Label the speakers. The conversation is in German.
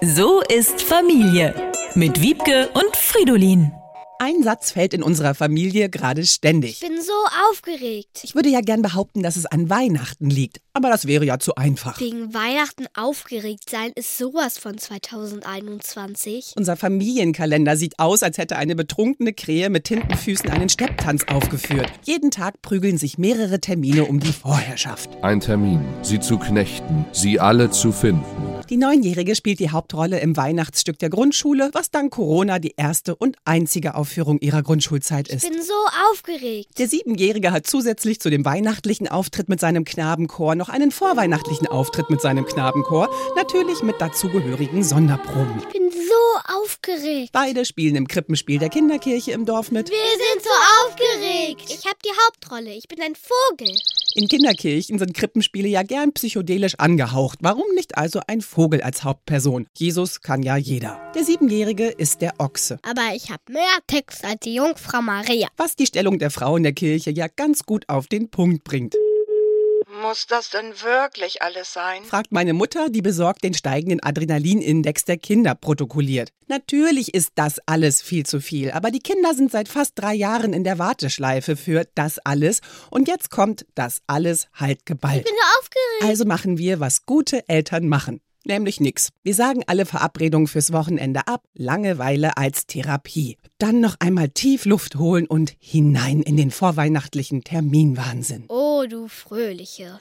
Speaker 1: So ist Familie mit Wiebke und Fridolin.
Speaker 2: Ein Satz fällt in unserer Familie gerade ständig.
Speaker 3: bin so aufgeregt.
Speaker 2: Ich würde ja gern behaupten, dass es an Weihnachten liegt, aber das wäre ja zu einfach.
Speaker 3: Wegen Weihnachten aufgeregt sein ist sowas von 2021.
Speaker 2: Unser Familienkalender sieht aus, als hätte eine betrunkene Krähe mit Tintenfüßen einen Stepptanz aufgeführt. Jeden Tag prügeln sich mehrere Termine um die Vorherrschaft.
Speaker 4: Ein Termin, sie zu knechten, sie alle zu finden.
Speaker 2: Die Neunjährige spielt die Hauptrolle im Weihnachtsstück der Grundschule, was dank Corona die erste und einzige Aufführung ihrer Grundschulzeit ist.
Speaker 3: Bin so aufgeregt.
Speaker 2: Der Siebenjährige hat zusätzlich zu dem weihnachtlichen Auftritt mit seinem Knabenchor noch einen vorweihnachtlichen Auftritt mit seinem Knabenchor, natürlich mit dazugehörigen Sonderproben.
Speaker 3: Bin so aufgeregt.
Speaker 2: Beide spielen im Krippenspiel der Kinderkirche im Dorf mit.
Speaker 3: Wir sind so aufgeregt. Ich habe die Hauptrolle. Ich bin ein Vogel.
Speaker 2: In Kinderkirchen sind Krippenspiele ja gern psychedelisch angehaucht. Warum nicht also ein Vogel als Hauptperson? Jesus kann ja jeder. Der Siebenjährige ist der Ochse.
Speaker 3: Aber ich habe mehr Text als die Jungfrau Maria.
Speaker 2: Was die Stellung der Frau in der Kirche ja ganz gut auf den Punkt bringt.
Speaker 5: Muss das denn wirklich alles sein?
Speaker 2: fragt meine Mutter, die besorgt den steigenden Adrenalinindex der Kinder protokolliert. Natürlich ist das alles viel zu viel, aber die Kinder sind seit fast drei Jahren in der Warteschleife für das alles und jetzt kommt das alles halt geballt.
Speaker 3: Bin so aufgeregt.
Speaker 2: Also machen wir, was gute Eltern machen. Nämlich nix. Wir sagen alle Verabredungen fürs Wochenende ab, Langeweile als Therapie. Dann noch einmal tief Luft holen und hinein in den vorweihnachtlichen Terminwahnsinn.
Speaker 3: Oh, du Fröhliche.